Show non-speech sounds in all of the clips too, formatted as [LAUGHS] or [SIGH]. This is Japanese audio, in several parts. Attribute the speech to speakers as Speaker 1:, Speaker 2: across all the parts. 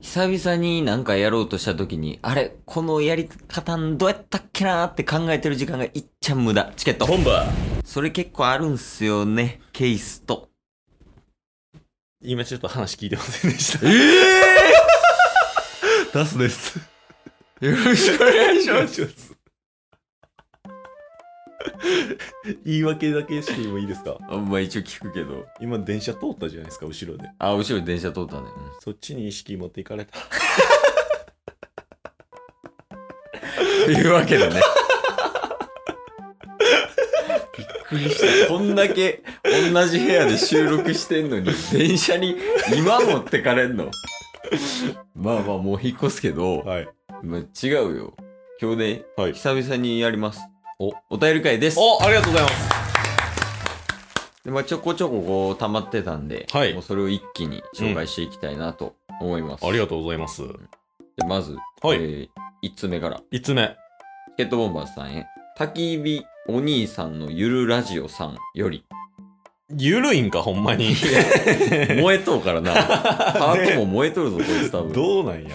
Speaker 1: 久々になんかやろうとした時に、あれ、このやり方どうやったっけなーって考えてる時間がいっちゃ無駄。チケット。
Speaker 2: ボンバー
Speaker 1: それ結構あるんすよね。ケースと。
Speaker 2: 今ちょっと話聞いてませんでした。出すです。
Speaker 1: よろしくお願いします。
Speaker 2: [LAUGHS]
Speaker 1: [LAUGHS]
Speaker 2: 言い訳だけしてもいいですか
Speaker 1: あまあ一応聞くけど。
Speaker 2: 今電車通ったじゃないですか、後ろで。
Speaker 1: あ、後ろに電車通ったね。うん
Speaker 2: そっちに意識持っていかれた。
Speaker 1: というわけでね。 [LAUGHS] びっくりした。こんだけ同じ部屋で収録してんのに、電車に今持ってかれんの。まあまあ、もう引っ越すけど、
Speaker 2: はい。
Speaker 1: まあ、違うよ。今日ね、
Speaker 2: はい
Speaker 1: 久々にやります。
Speaker 2: お、
Speaker 1: お便り会です。
Speaker 2: お、ありがとうございます。
Speaker 1: でまあ、ちょこちょここう溜まってたんで、
Speaker 2: はい
Speaker 1: もうそれを一気に紹介していきたいなと思います。
Speaker 2: ありがとうございます。
Speaker 1: でまず、
Speaker 2: はい
Speaker 1: え1つ目から。
Speaker 2: 5つ目。
Speaker 1: チケットボンバーズさんへ、焚き火お兄さんのゆるラジオさんより、
Speaker 2: ゆるいんか、ほんまに。
Speaker 1: 燃えとう
Speaker 2: [LAUGHS]
Speaker 1: からな。ハートも燃えとるぞ、こいつ多分。
Speaker 2: どうなんや。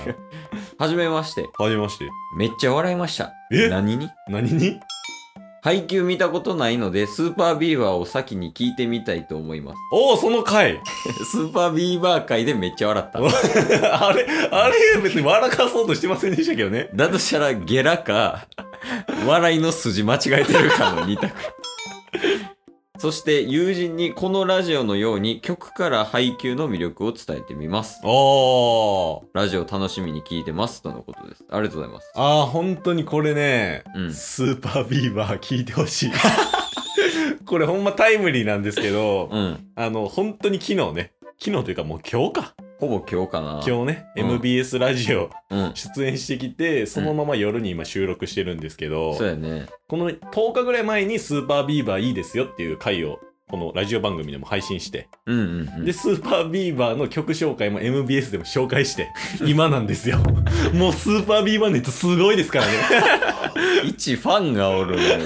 Speaker 1: はじめまして。
Speaker 2: はじめまして。
Speaker 1: めっちゃ笑いました。
Speaker 2: え
Speaker 1: 何に
Speaker 2: 何に
Speaker 1: 配給見たことないので、スーパービーバーを先に聞いてみたいと思います。
Speaker 2: おお、その回。
Speaker 1: [LAUGHS] スーパービーバー界でめっちゃ笑った。
Speaker 2: [LAUGHS] あれ、あれ、別に笑かそうとしてませんでしたけどね。
Speaker 1: だとしたら、ゲラか、 [LAUGHS] 笑いの筋間違えてるかの2択。そして、友人にこのラジオのように曲から配給の魅力を伝えてみます。
Speaker 2: おー。
Speaker 1: ラジオ楽しみに聞いてます。とのことです。ありがとうございます。
Speaker 2: ああ、本当にこれね、
Speaker 1: うん
Speaker 2: スーパービーバー聞いてほしい。 [LAUGHS] これほんまタイムリーなんですけど、
Speaker 1: うん。
Speaker 2: あの、本当に昨日ね、昨日というかもう今日か。
Speaker 1: ほぼ今日かな。
Speaker 2: 今日ね、
Speaker 1: うん
Speaker 2: MBS ラジオ
Speaker 1: うん。
Speaker 2: 出演してきて、そのまま夜に今収録してるんですけど、
Speaker 1: そうやね。
Speaker 2: この10日ぐらい前にスーパービーバーいいですよっていう回を、このラジオ番組でも配信して、
Speaker 1: うんうん、うん。
Speaker 2: で、スーパービーバーの曲紹介も MBS でも紹介して、今なんですよ。もうスーパービーバー熱すごいですからね。
Speaker 1: 一ファンがおるのよ、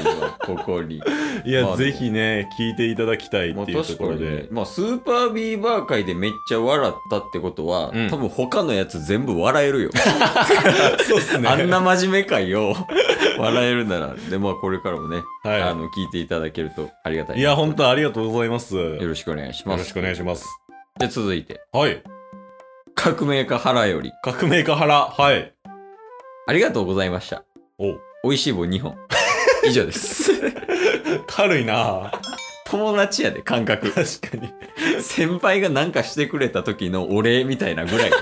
Speaker 1: ここ
Speaker 2: [LAUGHS]
Speaker 1: に。
Speaker 2: いや、
Speaker 1: まあでも
Speaker 2: ぜひね、聞いていただきたい
Speaker 1: ま
Speaker 2: っ
Speaker 1: あ
Speaker 2: ていうと
Speaker 1: 確
Speaker 2: こ
Speaker 1: か
Speaker 2: ろ
Speaker 1: にね
Speaker 2: で。。
Speaker 1: まあスーパービーバー界でめっちゃ笑ったってことは、
Speaker 2: うん
Speaker 1: 多分他のやつ全部笑え
Speaker 2: [LAUGHS]
Speaker 1: るよ。
Speaker 2: そうっすね。
Speaker 1: あんな真面目会を [LAUGHS] 笑えるなら。で、まあこれからもね、
Speaker 2: はい
Speaker 1: あの、聞いていただけるとありがたい。
Speaker 2: いや、本当ありがとうございます。よ
Speaker 1: よろしくお願いしま
Speaker 2: ろ
Speaker 1: す。
Speaker 2: しくお願いします。
Speaker 1: で、続いて、
Speaker 2: はい。
Speaker 1: 革命家原より、
Speaker 2: 革命家原。はい。
Speaker 1: ありがとうございました。
Speaker 2: お
Speaker 1: 美味しい棒2本。
Speaker 2: [LAUGHS]
Speaker 1: 以上です。
Speaker 2: 軽いな
Speaker 1: 友達やで、感覚。
Speaker 2: 確かに。
Speaker 1: [LAUGHS] 先輩がなんかしてくれた時のお礼みたいなぐらい。こ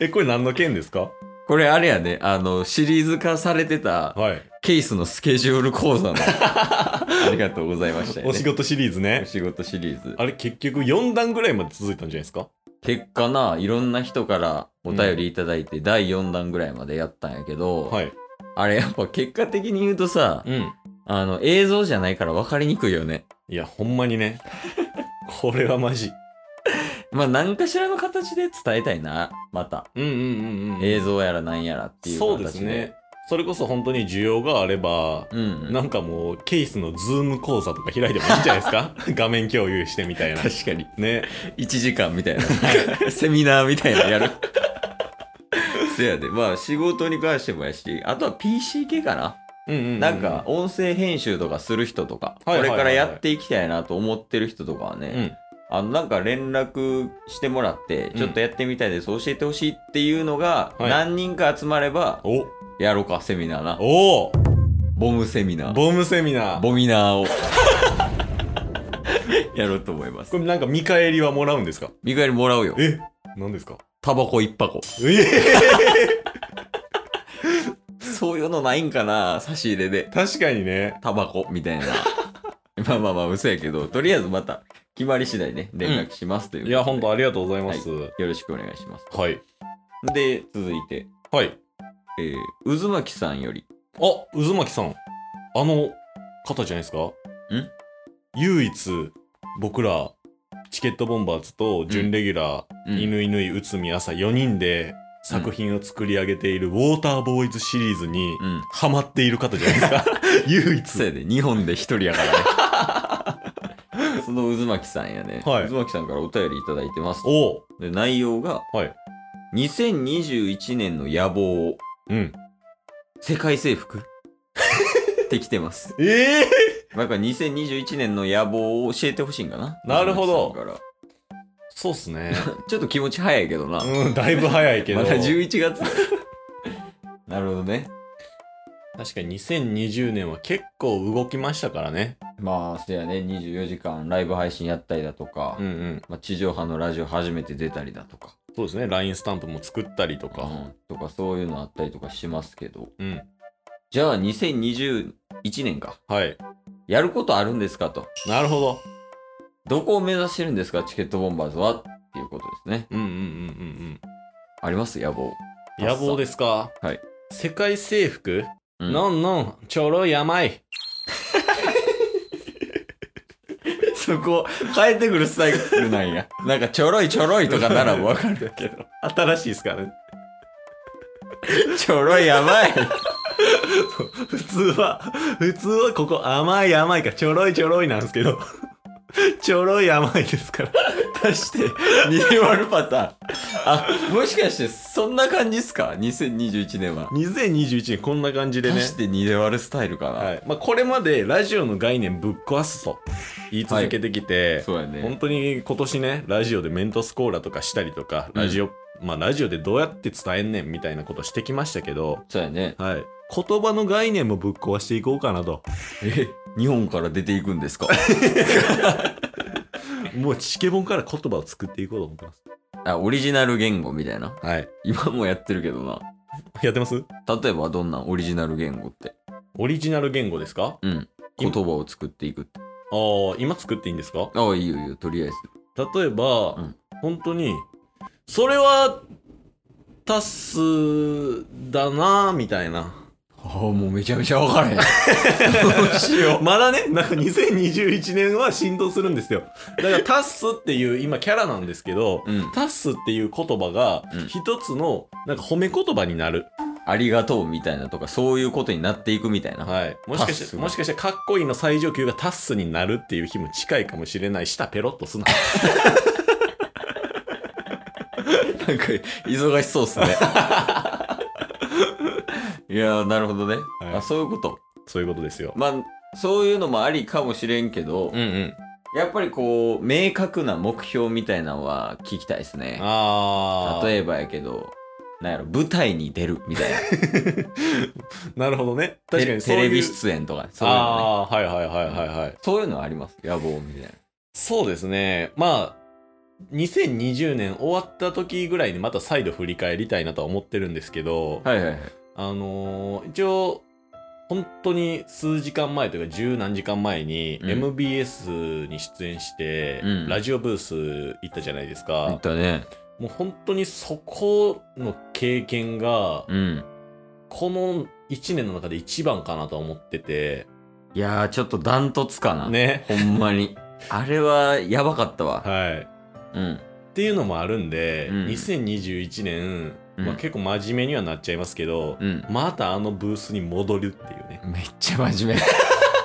Speaker 1: れ、
Speaker 2: え、これ何の件ですか
Speaker 1: これあれやね、あの、シリーズ化されてた
Speaker 2: はい。
Speaker 1: ケースのスケジュール講
Speaker 2: [LAUGHS]
Speaker 1: 座の。ありがとうございましたよね、
Speaker 2: お仕事シリーズ
Speaker 1: お
Speaker 2: ね。
Speaker 1: 仕事シリーズ。
Speaker 2: あれ、結局4段ぐらいまで続いたんじゃないですか
Speaker 1: 結果ないろんな人からお便りいただいて、第4弾ぐらいまでやったんやけど、
Speaker 2: はい。
Speaker 1: あれやっぱ結果的に言うとさ、
Speaker 2: うん。
Speaker 1: あの映像じゃないから分かりにくいよね
Speaker 2: いや、ほんまにね。これはマジ。
Speaker 1: まあ何かしらの形で伝えたいなまた、
Speaker 2: うんうんうんうん。
Speaker 1: 映像やらなんやらっていう形で
Speaker 2: そうですね。それこそ本当に需要があれば、
Speaker 1: うんうん、
Speaker 2: なんかもうケースのズーム講座とか開いてもいいんじゃないですか [LAUGHS] 画面共有してみたいな。
Speaker 1: [LAUGHS] 確かに
Speaker 2: ね。
Speaker 1: 1時間みたいな [LAUGHS] セミナーみたいなのやる [LAUGHS] せやでまあ仕事に関してもやしあとは PC 系かな
Speaker 2: うんうんう
Speaker 1: なんか、音声編集とかする人とか、
Speaker 2: はいはいはいはい
Speaker 1: これからやっていきたいなと思ってる人とかはね、
Speaker 2: うん。
Speaker 1: あのなんか連絡してもらって、
Speaker 2: うん
Speaker 1: ちょっとやってみたいです、教えてほしいっていうのが、
Speaker 2: はい
Speaker 1: 何人か集まれば、
Speaker 2: お
Speaker 1: やろうか、セミナーな。
Speaker 2: おー
Speaker 1: ボムセミナー。
Speaker 2: ボムセミナー。
Speaker 1: ボミナーを。 [LAUGHS] やろうと思います
Speaker 2: こ。れなんか見返りはもらうんですか
Speaker 1: 見返りもらうよ。
Speaker 2: え何ですか
Speaker 1: タバコ一箱。
Speaker 2: え [LAUGHS]
Speaker 1: そういうのないんかな、差し入れで。
Speaker 2: 確かにね。
Speaker 1: タバコみたいな。 [LAUGHS] まあまあまあ、嘘やけど、とりあえずまた、決まり次第ね、連絡しますという、
Speaker 2: いや、本当ありがとうございます。
Speaker 1: よろしくお願いします。
Speaker 2: はい。
Speaker 1: で、続いて、
Speaker 2: はい。
Speaker 1: えー、渦巻さんより、
Speaker 2: あ、渦巻さん。あの方じゃないですかん唯一、僕ら、チケットボンバーズと準レギュラー、
Speaker 1: うん
Speaker 2: 犬犬井内海朝4人で作品を作り上げているウォーターボーイズシリーズに
Speaker 1: うん。
Speaker 2: ハマっている方じゃないです [LAUGHS] か唯一
Speaker 1: そうやで、日本で一人やから
Speaker 2: [LAUGHS]
Speaker 1: ね。その渦巻さんやね、
Speaker 2: はい
Speaker 1: 渦巻さんからお便りいただいてます。
Speaker 2: おう
Speaker 1: で内容が、
Speaker 2: はい
Speaker 1: 2021年の野望を
Speaker 2: うん。
Speaker 1: 世界征
Speaker 2: [LAUGHS]
Speaker 1: 服って来てます。
Speaker 2: ええ
Speaker 1: なんか2021年の野望を教えてほしいんかな。
Speaker 2: なるほど
Speaker 1: 松本さんか
Speaker 2: そうっすね。
Speaker 1: らちょっと気持ち早いけどな。
Speaker 2: [LAUGHS] うん、だいぶ早いけど。
Speaker 1: まだ11月。
Speaker 2: [LAUGHS]
Speaker 1: なるほどね。
Speaker 2: 確かに2020年は結構動きましたからね。
Speaker 1: まあ、せやね、24時間ライブ配信やったりだとか、
Speaker 2: うんうん。
Speaker 1: まあ、地上波のラジオ初めて出たりだとか、
Speaker 2: そうですね。LINE スタンプも作ったりと
Speaker 1: う
Speaker 2: か。
Speaker 1: んとかそういうのあったりとかしますけど、
Speaker 2: うん。
Speaker 1: じゃあ2021年か、
Speaker 2: はい。
Speaker 1: やることあるんですかと、
Speaker 2: なるほど。
Speaker 1: どこを目指してるんですか、チケットボンバーズはっていうことですね。
Speaker 2: うんうんうん
Speaker 1: あります野望。
Speaker 2: うんうん。野望ですか
Speaker 1: はい。
Speaker 2: 世界征服
Speaker 1: うん
Speaker 2: のんのん、ちょろい甘い。
Speaker 1: そこ、変えてくるスタイルなんや。 [LAUGHS] なんかちょろいちょろいとかならわかるけど、
Speaker 2: 新しいですからね。
Speaker 1: ちょろいや [LAUGHS] ばい。
Speaker 2: 普通は、普通はここ甘い甘いか、ちょろいちょろいなんですけど、 [LAUGHS] ちょろい甘いですから。
Speaker 1: 足して、2で割るパターン。あ、もしかしてそんな感じっすか ?2021 年は。
Speaker 2: 2021年こんな感じでね
Speaker 1: 足。して2で割るスタイルかな。
Speaker 2: はい。まあ、これまでラジオの概念ぶっ壊すと言い続けてきて、
Speaker 1: そうやね。
Speaker 2: 本当に今年ね、ラジオでメントスコーラとかしたりとか、ラジオ、まあ、ラジオでどうやって伝えんねんみたいなことしてきましたけど、
Speaker 1: そうやね。
Speaker 2: はい。言葉の概念もぶっ壊していこうか
Speaker 1: [LAUGHS]
Speaker 2: なと。
Speaker 1: え、日本から出ていくんですか
Speaker 2: もうチケボンから言葉を作っていこうと思ってます。
Speaker 1: あ、オリジナル言語みたいな。
Speaker 2: はい。
Speaker 1: 今もやってるけどな。
Speaker 2: やってます
Speaker 1: 例えばどんなオリジナル言語って。
Speaker 2: オリジナル言語ですか
Speaker 1: うん。言葉を作っていくって。
Speaker 2: ああ、今作っていいんですか
Speaker 1: ああ、いいよいいよ、とりあえず。
Speaker 2: 例えば、
Speaker 1: うん
Speaker 2: 本当に、それは、タスだなみたいな。
Speaker 1: ああ、もうめちゃめちゃわからへ [LAUGHS] ん。どうしよ
Speaker 2: まだね、なんか2021年は浸透するんですよ。だからタッスっていう今キャラなんですけど、
Speaker 1: う。うん。
Speaker 2: タッスっていう言葉が
Speaker 1: うん
Speaker 2: 一つのなんか褒め言葉になる。
Speaker 1: ありがとうみたいなとか、そういうことになっていくみたいな。
Speaker 2: はい。もしかし
Speaker 1: タッス
Speaker 2: て、もしかしてかっこいいの最上級がタッスになるっていう日も近いかもしれない。舌ペロッとすな。 [LAUGHS]
Speaker 1: なんか、忙しそうっす [LAUGHS] ね。いやー、なるほどね、
Speaker 2: はい
Speaker 1: あ。そういうこと。
Speaker 2: そういうことですよ。
Speaker 1: まあ、そういうのもありかもしれんけど、
Speaker 2: うんうん。
Speaker 1: やっぱりこう、明確な目標みたいなのは聞きたいですね。
Speaker 2: ああ。
Speaker 1: 例えばやけど、なんやろ、舞台に出るみたいな。
Speaker 2: なるほどね。確かに
Speaker 1: テ
Speaker 2: そういう
Speaker 1: テレビ [LAUGHS] 出演とか、そういうのね。
Speaker 2: ああ、はいはいはいはいはい。
Speaker 1: そういうのあります。野望みたいな。
Speaker 2: そうですね。まあ、2020年終わった時ぐらいにまた再度振り返りたいなとは思ってるんですけど、
Speaker 1: はいはいはい。
Speaker 2: あのー一応、本当に数時間前というか十何時間前に
Speaker 1: うん
Speaker 2: MBS に出演して、
Speaker 1: うん
Speaker 2: ラジオブース行ったじゃないです
Speaker 1: 言
Speaker 2: か
Speaker 1: っ。たね。
Speaker 2: もう本当にそこの経験が、
Speaker 1: うん。
Speaker 2: この1年の中で一番かなと思ってて、
Speaker 1: いやー、ちょっとダントツかな。
Speaker 2: ね。
Speaker 1: ほんま [LAUGHS] に。あれは、やばかったわ。
Speaker 2: はい。
Speaker 1: うん。
Speaker 2: っていうのもあるんで、
Speaker 1: うん
Speaker 2: 2021年、
Speaker 1: うん
Speaker 2: まあ、結構真面目にはなっちゃいますけど、
Speaker 1: うん。
Speaker 2: またあのブースに戻るっていうね [LAUGHS]
Speaker 1: めっちゃ真面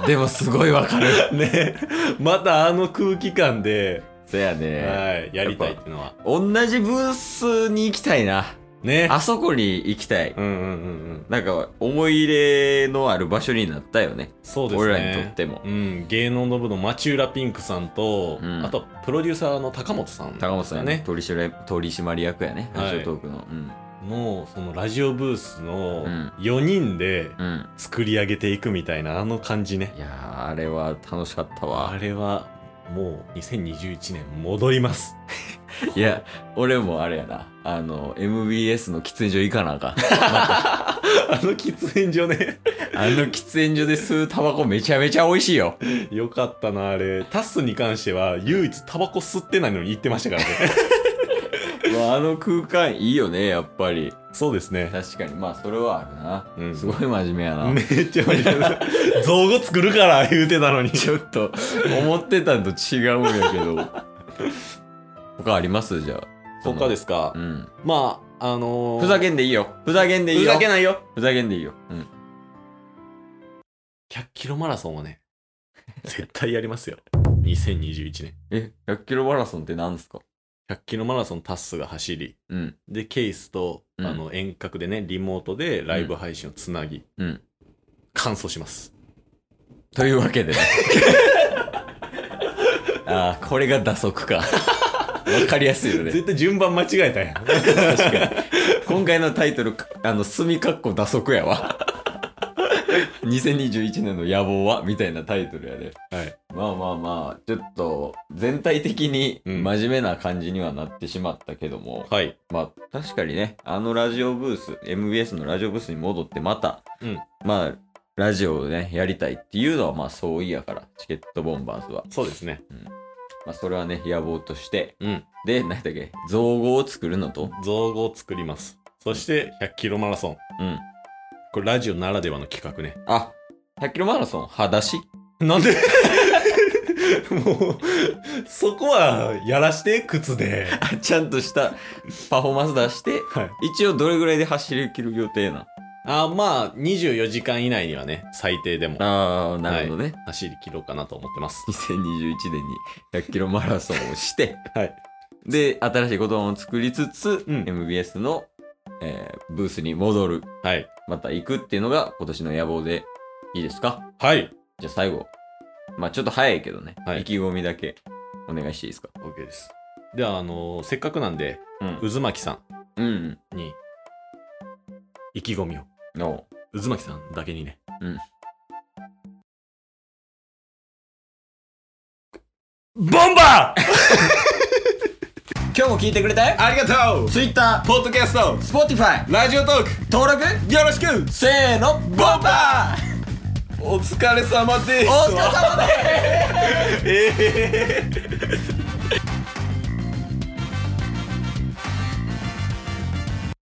Speaker 1: 目。でもすごいわかる。
Speaker 2: ねまたあの空気感で、
Speaker 1: そやね。
Speaker 2: はい、やりたいっていうのは
Speaker 1: 同じブースに行きたいな。
Speaker 2: ね
Speaker 1: あそこに行きたい。
Speaker 2: うんうんうんうん
Speaker 1: なんか、思い入れのある場所になったよね。
Speaker 2: そうですね
Speaker 1: 俺らにとっても。
Speaker 2: うん、芸能の部の町浦ピンクさんと、
Speaker 1: うん
Speaker 2: あとプロデューサーの高本さん
Speaker 1: 高本さんね、取締取締役やね。
Speaker 2: はい
Speaker 1: ラジオトークの。うん。
Speaker 2: のそのラジオブースの
Speaker 1: うん
Speaker 2: 4人で
Speaker 1: うん。
Speaker 2: 作り上げていくみたいなあの感じね、
Speaker 1: いやー、あれは楽しかった
Speaker 2: あ
Speaker 1: わ。
Speaker 2: れはもう2021年戻ります。 [LAUGHS]
Speaker 1: いや、俺もあれやな。あの、MBS の喫煙所行かなあかん。
Speaker 2: あの喫煙所ね。 [LAUGHS]
Speaker 1: あの喫煙所で吸うタバコめちゃめちゃ美味しいよ。
Speaker 2: よかったな、あれ。タスに関しては唯一タバコ吸ってないのに言ってましたからね。 [LAUGHS]
Speaker 1: まあ、あの空間いいよね、やっぱり。
Speaker 2: そうですね。
Speaker 1: 確かに、まあ、それはあるな。
Speaker 2: うん
Speaker 1: すごい真面目やな。
Speaker 2: めっちゃ面白い。 [LAUGHS] 造語作るから言うてたの
Speaker 1: [LAUGHS]
Speaker 2: に。
Speaker 1: ちょっと、思ってたんと違うんやけ [LAUGHS] ど。他ありますじゃあ。
Speaker 2: 他ですか
Speaker 1: そ。の。うん。
Speaker 2: まあ、あのー、
Speaker 1: ふざけんでいいよ。ふざけんでいい
Speaker 2: ふ
Speaker 1: よ。
Speaker 2: ざけないよ。
Speaker 1: ふざけんでいいよ。うん。
Speaker 2: 100キロマラソンはね、絶対やりますよ。2021年。
Speaker 1: え、100キロマラソンって何ですか
Speaker 2: 100キロマラソンタッスが走り、
Speaker 1: うん。
Speaker 2: で、ケイスと、
Speaker 1: うん
Speaker 2: あの、遠隔でね、リモートでライブ配信をつなぎ、
Speaker 1: うん。
Speaker 2: 完走します。
Speaker 1: というわけ [LAUGHS] でね。ああ、これが打足か。わかりやすいよね。
Speaker 2: 絶対順番間違えたやん。
Speaker 1: 確かに。今回のタイトル、あの、墨かっこ打足やわ。2021年の野望はみたいなタイトルやで。
Speaker 2: はい。
Speaker 1: まあまあまあ、ちょっと、全体的に
Speaker 2: う
Speaker 1: 真
Speaker 2: ん
Speaker 1: 面目な感じにはなってしまったけども、
Speaker 2: [LAUGHS] はい。
Speaker 1: まあ確かにね、あのラジオブース、MBS のラジオブースに戻ってまた、
Speaker 2: うん
Speaker 1: まあ、ラジオをね、やりたいっていうのはまあそういやから、チケットボンバーズは。
Speaker 2: そうですね。
Speaker 1: まあそれはね、野望として。
Speaker 2: うん。
Speaker 1: で、何だっけ、造語を作るのと、
Speaker 2: 造語を作ります。そして、100キロマラソン。
Speaker 1: うん。
Speaker 2: これ、ラジオならではの企画ね。
Speaker 1: あ、100キロマラソン、裸足
Speaker 2: なんで [LAUGHS] もう、そこは、やらして、靴で。
Speaker 1: あ [LAUGHS] ちゃんとしたパフォーマンス出して、
Speaker 2: はい。
Speaker 1: 一応どれぐらいで走り切る予定な
Speaker 2: あまあ、24時間以内にはね、最低でも
Speaker 1: ああ、なるほどね。
Speaker 2: 走り切ろうかなと思ってます。
Speaker 1: 2021年に100キロマラソンを
Speaker 2: [LAUGHS]
Speaker 1: して、
Speaker 2: はい。
Speaker 1: で、新しい言葉を作りつつ、
Speaker 2: うん
Speaker 1: MBS の、えーブースに戻る、
Speaker 2: はい。
Speaker 1: また行くっていうのが今年の野望でいいですか
Speaker 2: はい。
Speaker 1: じゃあ最後。まあちょっと早いけどね、
Speaker 2: はい
Speaker 1: 意気込みだけお願いしていいですか
Speaker 2: OK です。では、あのーせっかくなんで、
Speaker 1: うん。
Speaker 2: 渦巻さ
Speaker 1: うん。
Speaker 2: んに、意気込みを。
Speaker 1: の、
Speaker 2: 渦巻さんだけにね。
Speaker 1: うん。
Speaker 2: ボンバー
Speaker 1: 今日も聞いてくれて
Speaker 2: ありがとう
Speaker 1: Twitter、
Speaker 2: ポッドキャスト
Speaker 1: Spotify、
Speaker 2: ラジオトーク
Speaker 1: 登録
Speaker 2: よろしく
Speaker 1: せーの、ボンバー
Speaker 2: お疲れ様です
Speaker 1: お疲れ様です
Speaker 2: ええ